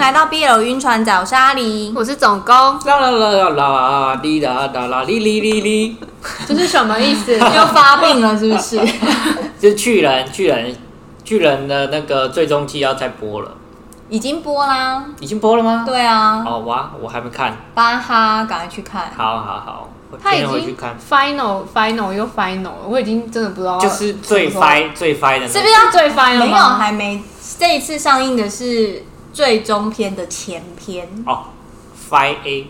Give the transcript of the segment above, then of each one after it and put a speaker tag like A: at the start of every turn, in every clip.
A: 来到 BL 晕船仔，我是阿狸。
B: 我是总工，
C: 啦啦啦啦啦滴啦啦啦哩哩哩哩，
B: 这是什么意思？
A: 又发病了是不 是？
C: 就是巨人巨人巨人的那个最终季要再播了，
A: 已经播啦。
C: 已经播了吗？。
A: 对啊，
C: 哦哇，我还没看，
A: 巴哈，赶快去看。
C: 好好好，我今
B: 他已
C: 天回去
B: 经
C: 看，
B: final final 又 final，了我已经真的不知道
C: 就是最
B: 什么时候
C: 翻最翻的那
A: 是
C: 个
A: 不是要
B: 是最 final
A: 没有，
B: 吗
A: 还没。这一次上映的是最终篇的前篇。
C: 哦，Five A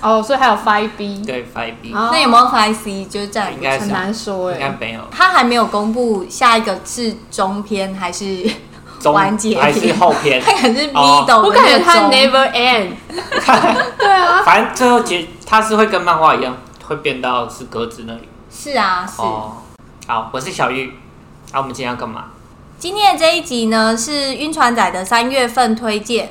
B: 哦，所以还有 five b，
C: 对 Five B
B: 哦
A: 那有没有 Five C？就是这样，
C: 应该
B: 很
C: 是
B: 难说
C: 应该
B: 哎。
C: 没有
A: 他还没有公布下一个是中篇还 是
C: 中
A: 完结篇
C: 还是后篇，
A: 他可能是
C: 哦
A: middle，
B: 我
A: 的那
B: 感
A: 个
B: 觉他
A: 中
B: never end，对啊，
C: 反正最后结它是会跟漫画一样，会变到是格子那里。
A: 是啊是。
C: 哦，好，我是小玉，啊那、我们今天要干嘛？
A: 今天的这一集呢是晕船仔的三月份推荐，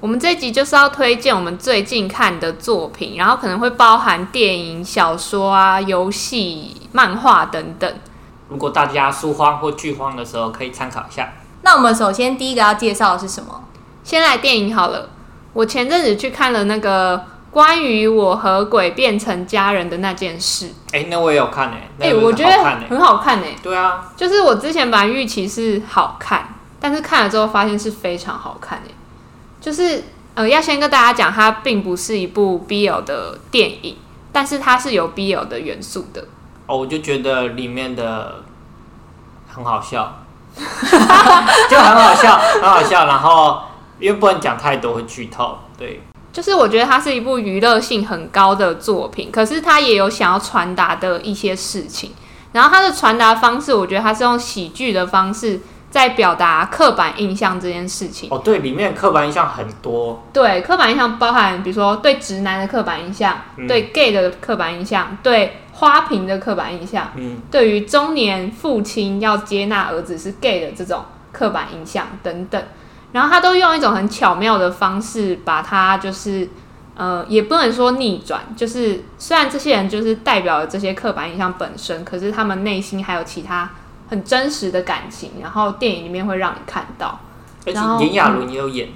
B: 我们这一集就是要推荐我们最近看的作品，然后可能会包含电影、小说啊、游戏、漫画等等。
C: 如果大家书荒或剧荒的时候，可以参考一下。
A: 那我们首先第一个要介绍的是什么？
B: 先来电影好了，我前阵子去看了那个关于我和鬼变成家人的那件事，
C: 哎、那我也有看哎、那
B: 哎、
C: 也
B: 我觉得
C: 好看哎、
B: 很好看哎、
C: 对啊，
B: 就是我之前本来预期是好看，但是看了之后发现是非常好看诶。就是呃，要先跟大家讲，它并不是一部 BL 的电影，但是它是有 BL 的元素的。
C: 哦，我就觉得里面的很 好笑，就很好笑，很好笑。然后因为不能讲太多会剧透，对，
B: 就是我觉得它是一部娱乐性很高的作品，可是它也有想要传达的一些事情。然后它的传达方式，我觉得它是用喜剧的方式在表达刻板印象这件事情。
C: 哦对，里面的刻板印象很多，
B: 对，刻板印象包含比如说对直男的刻板印象，
C: 嗯
B: 对 gay 的刻板印象，对花瓶的刻板印象，
C: 嗯，
B: 对于中年父亲要接纳儿子是 gay 的这种刻板印象等等，然后他都用一种很巧妙的方式把它就是呃，也不能说逆转，就是虽然这些人就是代表了这些刻板印象本身，可是他们内心还有其他很真实的感情，然后电影里面会让你看到。
C: 而且
B: 然后
C: 炎亚纶也有演，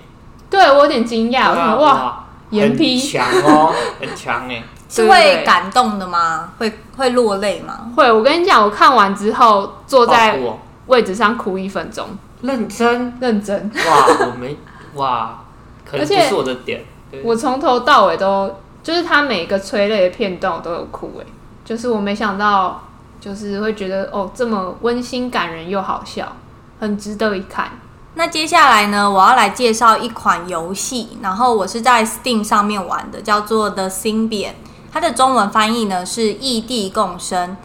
B: 对我有点惊
C: 对
B: 讶，我
C: 啊
B: 想哇，
C: 很
B: 严批
C: 强哦，很 强哎、
A: 是
B: 对
A: 会
B: 对
A: 感动的吗？会会落泪吗？
B: 会，我跟你讲，我看完之后坐在
C: 哇我
B: 位置上哭一分钟，
C: 哦认真
B: 认真，
C: 哇，我没哇，可能
B: 而
C: 不
B: 且
C: 是我的点，对
B: 我从头到尾都就是他每一个催泪的片段我都有哭哎、就是我没想到，就是会觉得哦这么温馨感人又好笑，很值得一看。
A: 那接下来呢，我要来介绍一款游戏，然后我是在 Steam 上面玩的，叫做 The Symbian，它的中文翻译呢是异地共生。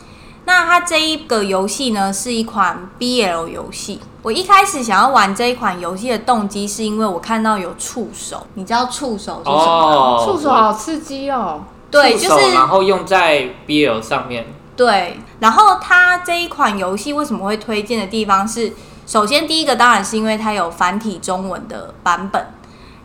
A: 那它这一个游戏呢是一款 BL 游戏。我一开始想要玩这一款游戏的动机，是因为我看到有触手，你知道触手是什么吗？
C: 哦，
B: 触手好刺激哦！
A: 对，
C: 触
A: 就
C: 手
A: 是
C: 然后用在 BL 上面，
A: 对，然后它这一款游戏为什么会推荐的地方是，首先第一个当然是因为它有繁体中文的版本，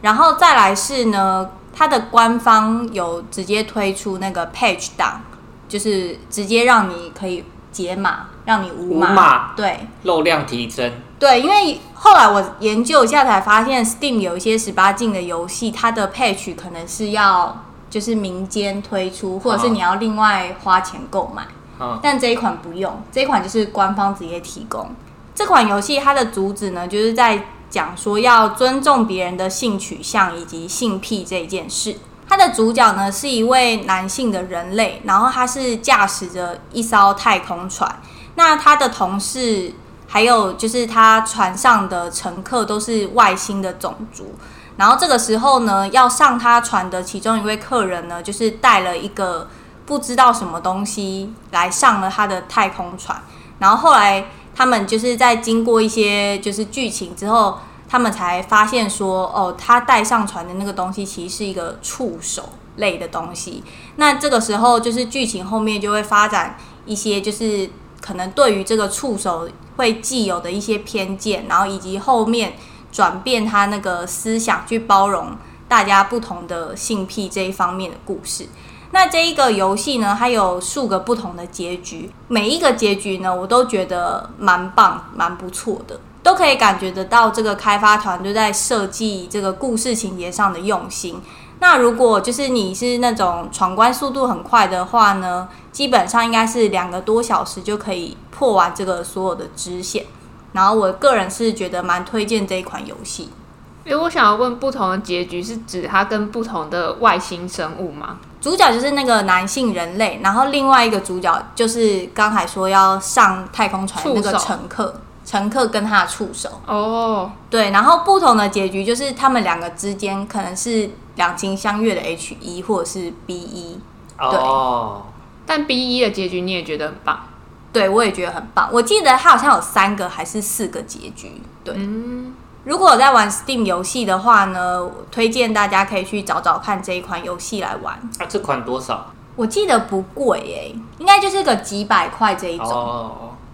A: 然后再来是呢，它的官方有直接推出那个 page 档，就是直接让你可以解码，让你无码。
C: 无码
A: 对
C: 肉量提升，
A: 对，因为后来我研究一下才发现，Steam 有一些十八禁的游戏，它的 page 可能是要就是民间推出，或者是
C: 哦
A: 你要另外花钱购买。
C: 嗯，
A: 但这一款不用，这一款就是官方直接提供。这款游戏它的主旨呢，就是在讲说要尊重别人的性取向以及性癖这一件事。它的主角呢是一位男性的人类，然后他是驾驶着一艘太空船。那他的同事还有就是他船上的乘客都是外星的种族。然后这个时候呢，要上他船的其中一位客人呢，就是带了一个不知道什么东西来上了他的太空船，然后后来他们就是在经过一些就是剧情之后，他们才发现说，哦，他带上船的那个东西其实是一个触手类的东西。那这个时候就是剧情后面就会发展一些就是可能对于这个触手会既有的一些偏见，然后以及后面转变他那个思想去包容大家不同的性癖这一方面的故事。那这一个游戏呢，它有数个不同的结局，每一个结局呢，我都觉得蛮棒、蛮不错的。都可以感觉得到这个开发团队在设计这个故事情节上的用心。那如果就是你是那种闯关速度很快的话呢，基本上应该是两个多小时就可以破完这个所有的支线。然后我个人是觉得蛮推荐这一款游戏。
B: 因为我想要问，不同的结局是指它跟不同的外星生物吗？
A: 主角就是那个男性人类，然后另外一个主角就是刚才说要上太空船的那个
B: 触手
A: 乘客，乘客跟他的触手。
B: 哦，
A: 对，然后不同的结局就是他们两个之间可能是两情相悦的 H 一或者是 B E 一。
C: 哦，
B: 但 B 一的结局你也觉得很棒，
A: 对，我也觉得很棒。我记得它好像有三个还是四个结局。对，
B: 嗯，
A: 如果有在玩 Steam 游戏的话呢，我推荐大家可以去找找看这一款游戏来玩。
C: 那、啊这款多少？
A: 我记得不贵诶、应该就是个几百块这一种。
C: 哦，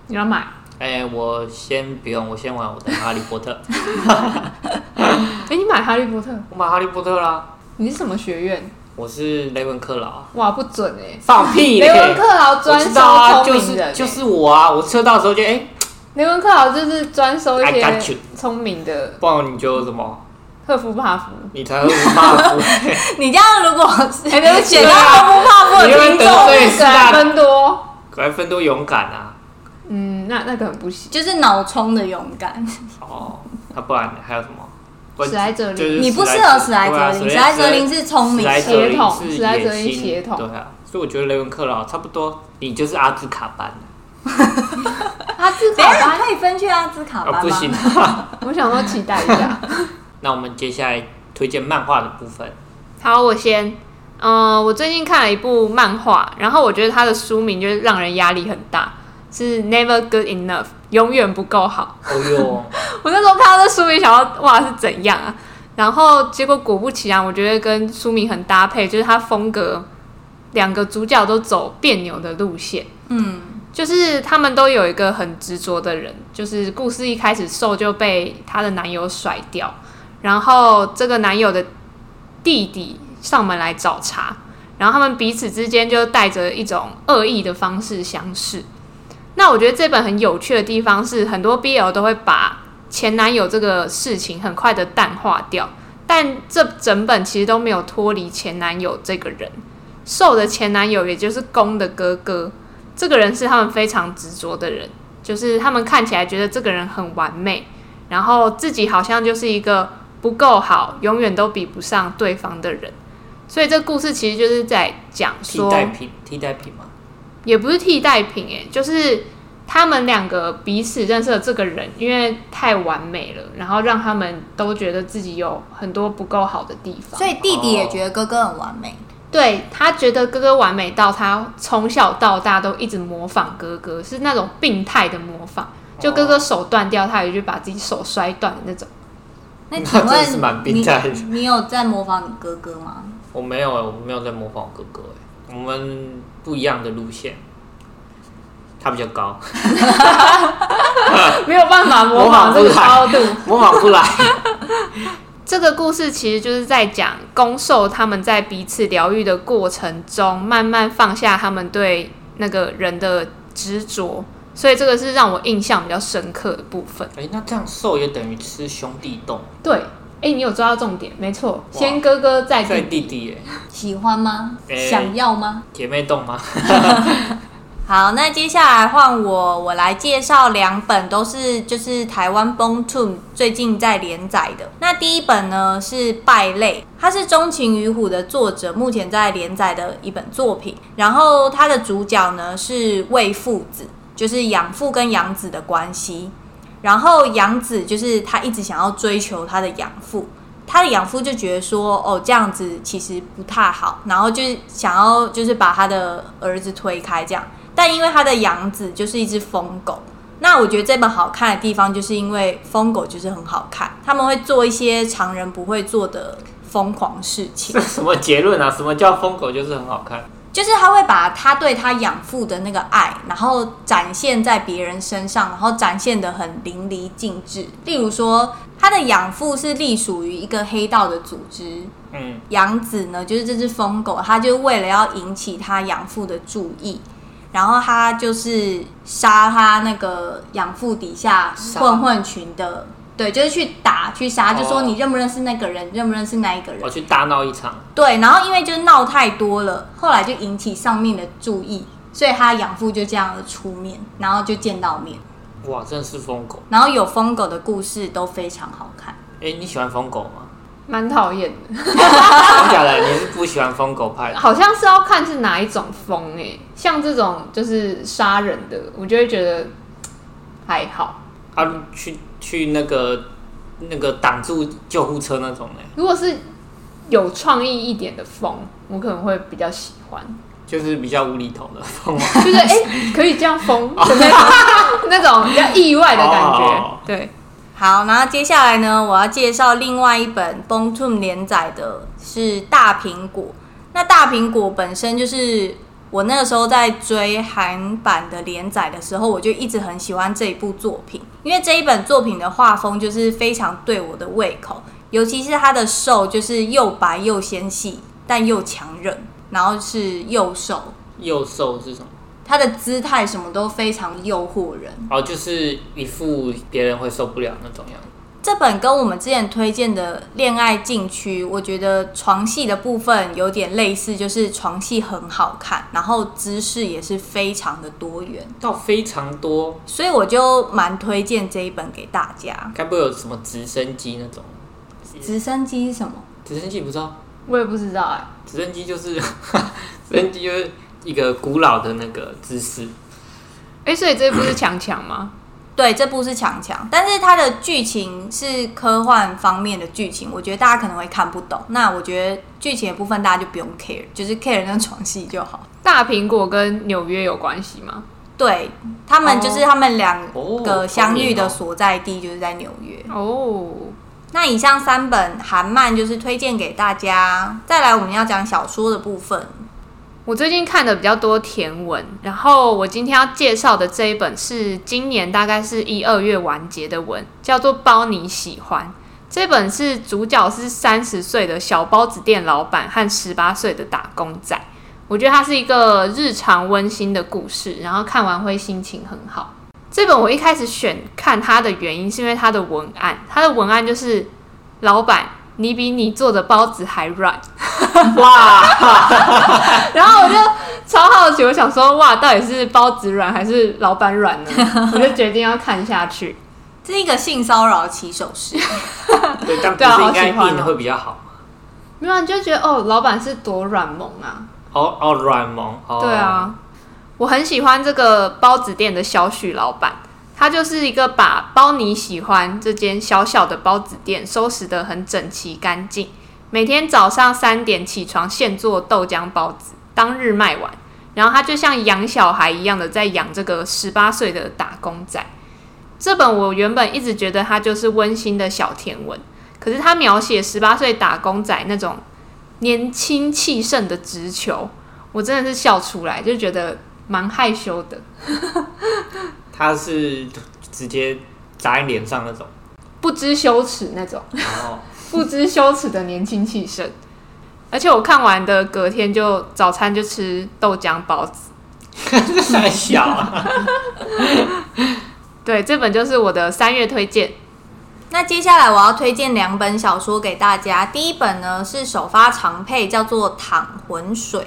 B: 你要买？
C: 哎、我先不用，我先玩我的哈利波特。
B: 哎、你买哈利波特？
C: 我买哈利波特啦，
B: 你是什么学院？
C: 我是雷文克劳。啊
B: 哇，不准哎、
C: 放 屁嘞！
B: 雷文克劳
C: 我
B: 专
C: 知道
B: 收
C: 啊，就
B: 聪明人、欸
C: 是就是我啊，我车到的时候就哎、
B: 雷文克劳就是专收一
C: I got
B: 些
C: you
B: 聪明的
C: 不然你就什么，
B: 赫夫帕夫。
C: 你才会无 骂 夫，
A: 你这样如果 是
B: 哎、对不起，
A: 选到
B: 啊
A: 不怕不
C: 你
A: 听
C: 会
A: 众
C: 得罪四
B: 莱
C: 大，
B: 芬多。
C: 莱芬多勇敢啊！
B: 嗯，那那个很不行。
A: 就是脑冲的勇敢。
C: 哦，那不然还有什么？不
B: 史莱哲林
C: 就是
A: 你不适合史莱
C: 对啊
A: 哲林，史莱哲林是聪
C: 史
A: 明
C: 莱
A: 的。
C: 哲林是
B: 血统史莱哲林
C: 野心
B: 血统
C: 对啊，所以我觉得雷文克劳差不多，你就是阿兹卡班的
B: 他自考
A: 等一下
B: 班，
A: 可以分去阿兹卡班吗？
C: 啊，不行。
B: 我想说期待一下。
C: 那我们接下来推荐漫画的部分，
B: 好，我先，嗯、我最近看了一部漫画，然后我觉得它的书名就是让人压力很大，是 Never Good Enough，永远不够好。
C: 哦 哟，
B: 我那时候看到这书名，想要哇是怎样啊？然后结果果不其然，我觉得跟书名很搭配，就是它风格，两个主角都走别扭的路线。
A: 嗯，
B: 就是他们都有一个很执着的人，就是故事一开始受就被她的男友甩掉，然后这个男友的弟弟上门来找茬，然后他们彼此之间就带着一种恶意的方式相视。那我觉得这本很有趣的地方是，很多 BL 都会把前男友这个事情很快的淡化掉，但这整本其实都没有脱离前男友这个人。受的前男友也就是公的哥哥，这个人是他们非常执着的人，就是他们看起来觉得这个人很完美，然后自己好像就是一个不够好，永远都比不上对方的人。所以这故事其实就是在讲
C: 替
B: 说，
C: 代品，替代品嘛，
B: 也不是替代品、欸，就是他们两个彼此认识的这个人，因为太完美了，然后让他们都觉得自己有很多不够好的地方
A: 所。以弟弟也觉得哥哥很完 美。
B: 对他觉得哥哥完美到他从小到大都一直模仿哥哥，是那种病态的模仿。就哥哥手断掉，他也就把自己手摔断的那种。
A: 那
C: 那
A: 请
C: 真是蛮
A: 问
C: 病
A: 你
C: 态的
A: 你有在模仿你哥哥吗？
C: 我没有欸，我没有在模仿我哥哥欸，我们不一样的路线，他比较高，
B: 没有办法 模
C: 模仿
B: 仿
C: 不
B: 这个
C: 来
B: 高度。
C: 模仿不来。
B: 这个故事其实就是在讲攻受他们在彼此疗愈的过程中，慢慢放下他们对那个人的执着，所以这个是让我印象比较深刻的部分。
C: 哎、那这样瘦也等于吃兄弟冻，
B: 对，哎，你有抓到重点，没错，先哥哥再弟
C: 在
B: 弟。
C: 弟弟耶，
A: 喜欢吗？
C: 诶
A: 想要吗？
C: 姐妹冻吗？
A: 好，那接下来换我，我来介绍两本都是就是台湾 Bone t o m 最近在连载的。那第一本呢是《败类》，它是《钟情于虎》的作者目前在连载的一本作品。然后它的主角呢是魏父子，就是养父跟养子的关系。然后养子就是他一直想要追求他的养父，他的养父就觉得说，哦，这样子其实不太好，然后就是想要就是把他的儿子推开这样。但因为他的养子就是一只疯狗，那我觉得这本好看的地方就是因为疯狗就是很好看，他们会做一些常人不会做的疯狂事情
C: 这，什么结论啊？什么叫疯狗就是很好看？
A: 就是他会把他对他养父的那个爱，然后展现在别人身上，然后展现的很淋漓尽致。例如说，他的养父是隶属于一个黑道的组织，
C: 嗯，
A: 养子呢，就是这只疯狗，它就为了要引起它养父的注意，然后他就是杀他那个养父底下
C: 杀
A: 混混群的，对，就是去打去杀，就说
C: 哦
A: 你认不认识那个人，认不认识那一个人
C: 我，去大闹一场，
A: 对，然后因为就是闹太多了，后来就引起上面的注意，所以他养父就这样的出面，然后就见到面，
C: 哇，真是疯狗！
A: 然后有疯狗的故事都非常好看。
C: 哎、你喜欢疯狗吗？
B: 蛮讨厌的，
C: 真假的，你是不喜欢疯狗派的？
B: 好像是要看是哪一种风诶、像这种就是杀人的，我就会觉得还好。
C: 啊，去去那个那个挡住救护车那种呢、
B: 如果是有创意一点的风，我可能会比较喜欢，
C: 就是比较无厘头的 疯吗？
B: 就是哎、诶可以这样风的那种那种比较意外的感
C: 哦
B: 觉。对，
A: 好，然后接下来呢，我要介绍另外一本 Bone t o m 连载的是《大苹果》。那《大苹果》本身就是我那个时候在追韩版的连载的时候，我就一直很喜欢这一部作品，因为这一本作品的画风就是非常对我的胃口，尤其是它的瘦就是又白又纤细，但又强韧，然后是又瘦，
C: 幼兽是什么？
A: 它的姿态什么都非常诱惑人。
C: 哦，就是一副别人会受不了那种样子。
A: 这本跟我们之前推荐的《恋爱禁区》，我觉得床戏的部分有点类似，就是床戏很好看，然后姿势也是非常的多元，
C: 到非常多，
A: 所以我就蛮推荐这一本给大家。
C: 该不会有什么直升机那种？
A: 直升机是什么？
C: 直升机不知道，
B: 我也不知道哎、
C: 直升机就是 直升机就是一个古老的那个姿 势，
B: 哎、所以这不是强强吗？
A: 对，这部是强强，但是它的剧情是科幻方面的剧情，我觉得大家可能会看不懂。那我觉得剧情的部分大家就不用 care，就是 care 那床戏就好。
B: 大苹果跟纽约有关系吗？
A: 对他们就是他们两
C: 哦
A: 个相遇的
C: 好黏哦
A: 所在地就是在纽约。
B: 哦，
A: 那以上三本韩漫就是推荐给大家。再来，我们要讲小说的部分。
B: 我最近看的比较多甜文，然后我今天要介绍的这一本是今年大概是一二月完结的文，叫做《包你喜欢》。这本是主角是三十岁的小包子店老板和十八岁的打工仔，我觉得它是一个日常温馨的故事，然后看完会心情很好。这本我一开始选看它的原因是因为它的文案，它的文案就是老板，你比你做的包子还软。
C: 哇，
B: 然后我就超好奇，我想说哇，到底是包子软还是老板软呢？我就决定要看下去。
A: 这是一个性骚扰起手式，
C: 对，但不
B: 对啊
C: 是应
B: 好喜
C: 该
B: 欢哦
C: 硬的会比较好吗？
B: 没有，你就觉得哦，老板是多软萌啊。
C: 哦哦，软萌，哦、
B: 对，啊，我很喜欢这个包子店的小许老板，他就是一个把包你喜欢这间小小的包子店收拾得很整齐干净，每天早上三点起床现做豆浆包子，当日卖完。然后他就像养小孩一样的在养这个十八岁的打工仔。这本我原本一直觉得它就是温馨的小甜文，可是他描写十八岁打工仔那种年轻气盛的直球，我真的是笑出来，就觉得蛮害羞的。
C: 他是直接砸你脸上那种，
B: 不知羞耻那种，
C: 然后
B: 不知羞耻的年轻气盛。而且我看完的隔天就早餐就吃豆浆包子。
C: 太小啊，
B: 对，这本就是我的三月推荐。
A: 那接下来我要推荐两本小说给大家。第一本呢是首发常配，叫做《淌浑水》，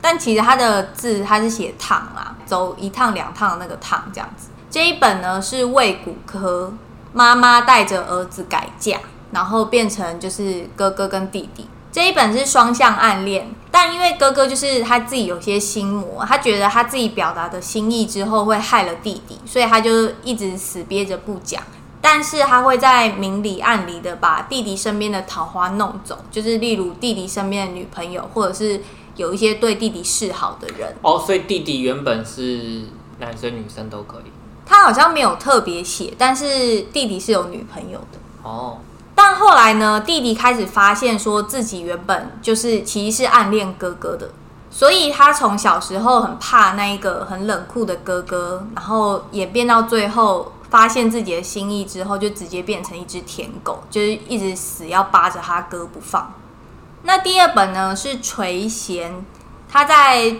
A: 但其实它的字它是写“淌”啦，走一趟两趟的那个“淌”这样子。这一本呢是魏骨科妈妈带着儿子改嫁，然后变成就是哥哥跟弟弟。这一本是双向暗恋，但因为哥哥就是他自己有些心魔，他觉得他自己表达的心意之后会害了弟弟，所以他就一直死憋着不讲。但是他会在明里暗里的把弟弟身边的桃花弄走，就是例如弟弟身边的女朋友，或者是有一些对弟弟示好的人，
C: 哦，所以弟弟原本是男生女生都可以，
A: 他好像没有特别写，但是弟弟是有女朋友的。
C: 哦，
A: 但后来呢，弟弟开始发现说自己原本就是其实是暗恋哥哥的，所以他从小时候很怕那一个很冷酷的哥哥，然后演变到最后发现自己的心意之后，就直接变成一只舔狗，就是一直死要扒着他哥不放。那第二本呢是垂涎，他在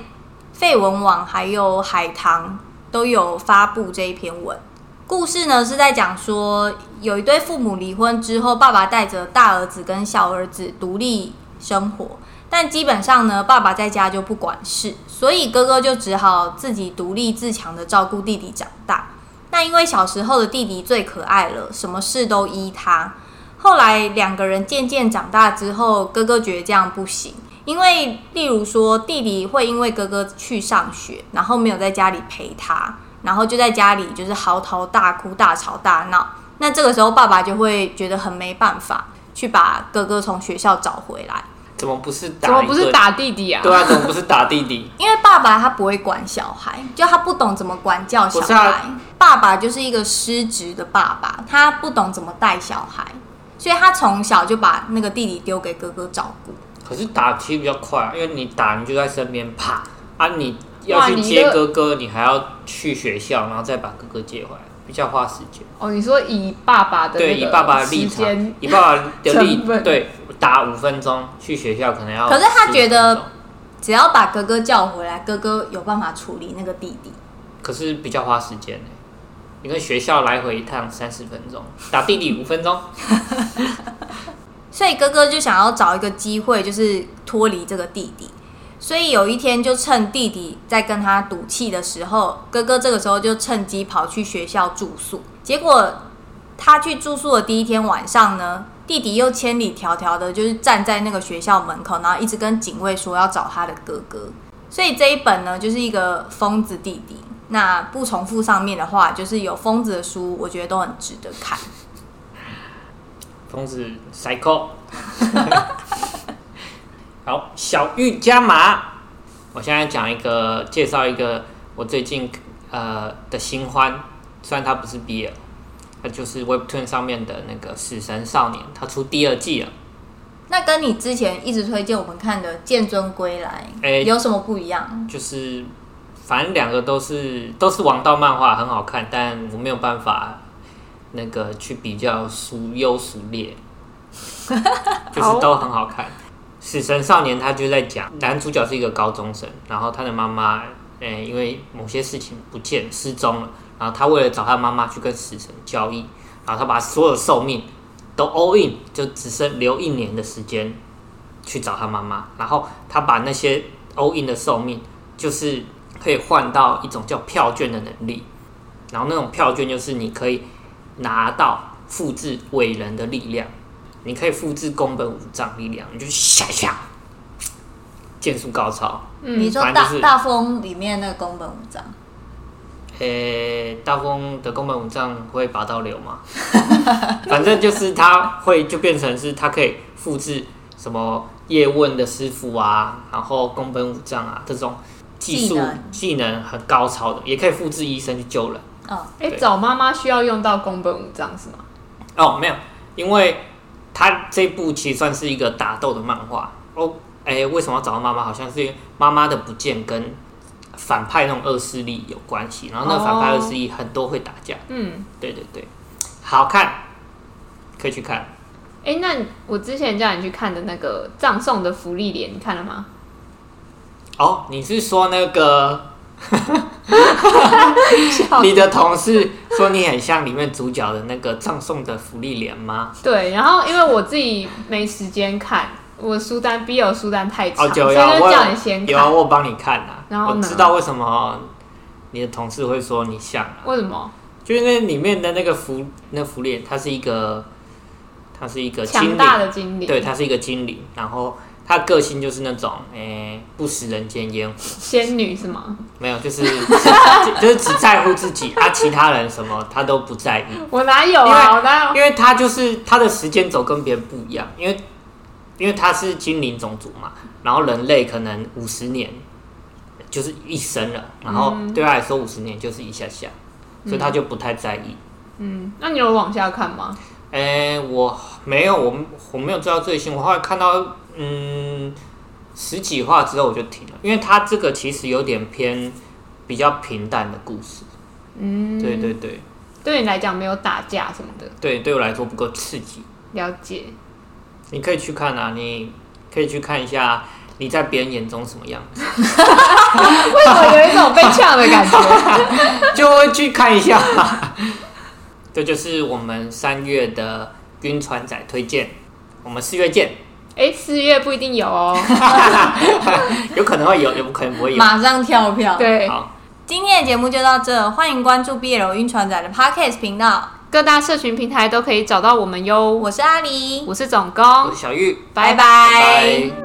A: 废文网还有海棠都有发布这一篇文。故事呢是在讲说，有一对父母离婚之后，爸爸带着大儿子跟小儿子独立生活，但基本上呢，爸爸在家就不管事，所以哥哥就只好自己独立自强的照顾弟弟长大。那因为小时候的弟弟最可爱了，什么事都依他。后来两个人渐渐长大之后，哥哥觉得这样不行，因为例如说弟弟会因为哥哥去上学，然后没有在家里陪他，然后就在家里就是嚎啕大哭、大吵大闹。那这个时候爸爸就会觉得很没办法，去把哥哥从学校找回来，
C: 怎么不是打？
B: 怎么不是？打弟弟啊？
C: 对啊，怎么不是打弟弟？
A: 因为爸爸他不会管小孩，就他不懂怎么管教小
C: 不是
A: 孩。
C: 啊
A: 爸爸就是一个失职的爸爸，他不懂怎么带小孩，所以他从小就把那个弟弟丢给哥哥照顾。
C: 可是打其实比较快啊，因为你打你就在身边啪啊，你
B: 哇
C: 要去
B: 你
C: 接
B: 这
C: 哥哥，你还要去学校，然后再把哥哥接回来，比较花时间。
B: 哦，你说以爸爸的
C: 对，
B: 那
C: 以爸爸
B: 个
C: 的立
B: 时
C: 场
B: 间，，
C: 以爸爸的立
B: 成本
C: 对打五分钟去学校可能要15
A: 可
C: 分
A: 是
C: 钟，
A: 他觉得只要把哥哥叫回来，哥哥有办法处理那个弟弟。
C: 可是比较花时间呢、你跟学校来回一趟三十分钟，打弟弟五分钟，
A: 所以哥哥就想要找一个机会，就是脱离这个弟弟。所以有一天，就趁弟弟在跟他赌气的时候，哥哥这个时候就趁机跑去学校住宿。结果他去住宿的第一天晚上呢，弟弟又千里迢迢的，就是站在那个学校门口，然后一直跟警卫说要找他的哥哥。所以这一本呢，就是一个疯子弟弟。那不重复上面的话，就是有疯子的书，我觉得都很值得看。
C: 疯子 cycle。好，小玉加码。我现在讲一个，介绍一个我最近呃的新欢，虽然它不是 BL，它就是 Webtoon 上面的那个《死神少年》，它出第二季了。
A: 那跟你之前一直推荐我们看的《剑尊归来》
C: 哎
A: 有什么不一样？
C: 就是反正两个都是都是王道漫画，很好看，但我没有办法那个去比较孰优孰劣，就是都很好看。死神少年他就在讲男主角是一个高中生，然后他的妈妈诶、呃因为某些事情不见失踪了，然后他为了找他妈妈去跟死神交易，然后他把所有寿命都 all in，就只剩留一年的时间去找他妈妈，然后他把那些 all in 的寿命，就是可以换到一种叫票券的能力，然后那种票券就是你可以拿到复制伟人的力量，你可以复制宫本武藏力量，你就下下，剑术高超，
A: 你
B: 嗯，
A: 说
C: 反
A: 大
C: 正、就是
A: 大风里面那个宫本武藏，
C: 诶、大风的宫本武藏会拔刀流吗？ 反正就是他会就变成是他可以复制什么叶问的师傅啊，然后宫本武藏啊这种技术
A: 技能
C: 技能很高超的，也可以复制医生去救人。
A: 嗯，
B: 哎、
C: 对
B: 找妈妈需要用到宫本武藏是吗？
C: 哦，没有，因为他这部其实算是一个打斗的漫画。哦，哎、为什么要找到妈妈？好像是因为妈妈的不见跟反派那种恶势力有关系，然后那个反派恶势力很多会打架。
B: 嗯，
C: 对对对，好看，可以去看。
B: 哎、那我之前叫你去看的那个《葬送的福利莲》，你看了吗？
C: 哦，你是说那个
B: 笑
C: 你的同事说你很像里面主角的那个葬送的福利莲吗？
B: 对，然后因为我自己没时间看，我书单 BL 书单太长，
C: 哦，
B: 所
C: 有
B: 以
C: 有，
B: 就
C: 我
B: 叫你先
C: 有有啊，
B: 看。
C: 我帮你看啦、
B: 然后
C: 我
B: 呢
C: 知道为什么你的同事会说你像啊，
B: 为什么？
C: 就是那里面的那个福那福利莲，它是一个，它是一个精
B: 强
C: 灵，
B: 大的精灵，
C: 对，它是一个精灵，然后它个性就是那种诶、不食人间烟火。
B: 仙女是吗？
C: 没有，就是 就就是只在乎自己啊，其他人什么他都不在意，
B: 我哪有
C: 因
B: 啊？
C: 为
B: 我哪有？
C: 因为他就是他的时间轴跟别人不一样，因为因为他是精灵种族嘛，然后人类可能五十年就是一生了，然后对他来说五十年就是一下下，所以他就不太在意。
B: 嗯，那你有往下看吗？
C: 哎、我没有，我我没有追到最新，我后来看到嗯十几话之后我就停了，因为它这个其实有点偏比较平淡的故事。嗯，对对对
B: 对你来讲没有打架什么的，
C: 对，对我来说不够刺激。
B: 了解。
C: 你可以去看啊，你可以去看一下你在别人眼中什么样子。
B: 为什么有一种被呛的感 觉？
C: 就会去看一下。 这就是我们三月的晕船仔推荐，我们四月见，
B: 哎，四月不一定有 哦。
C: 有可能会有，有可能不会有。
A: 马上跳票。
B: 对，
C: 好，
A: 今天的节目就到这，欢迎关注 BL 晕船仔的 Podcast 频道，
B: 各大社群平台都可以找到我们哟。
A: 我是阿狸，
B: 我是总
C: 我
B: 工
C: 是，小玉，
A: 拜
B: 拜
A: 拜
C: 拜。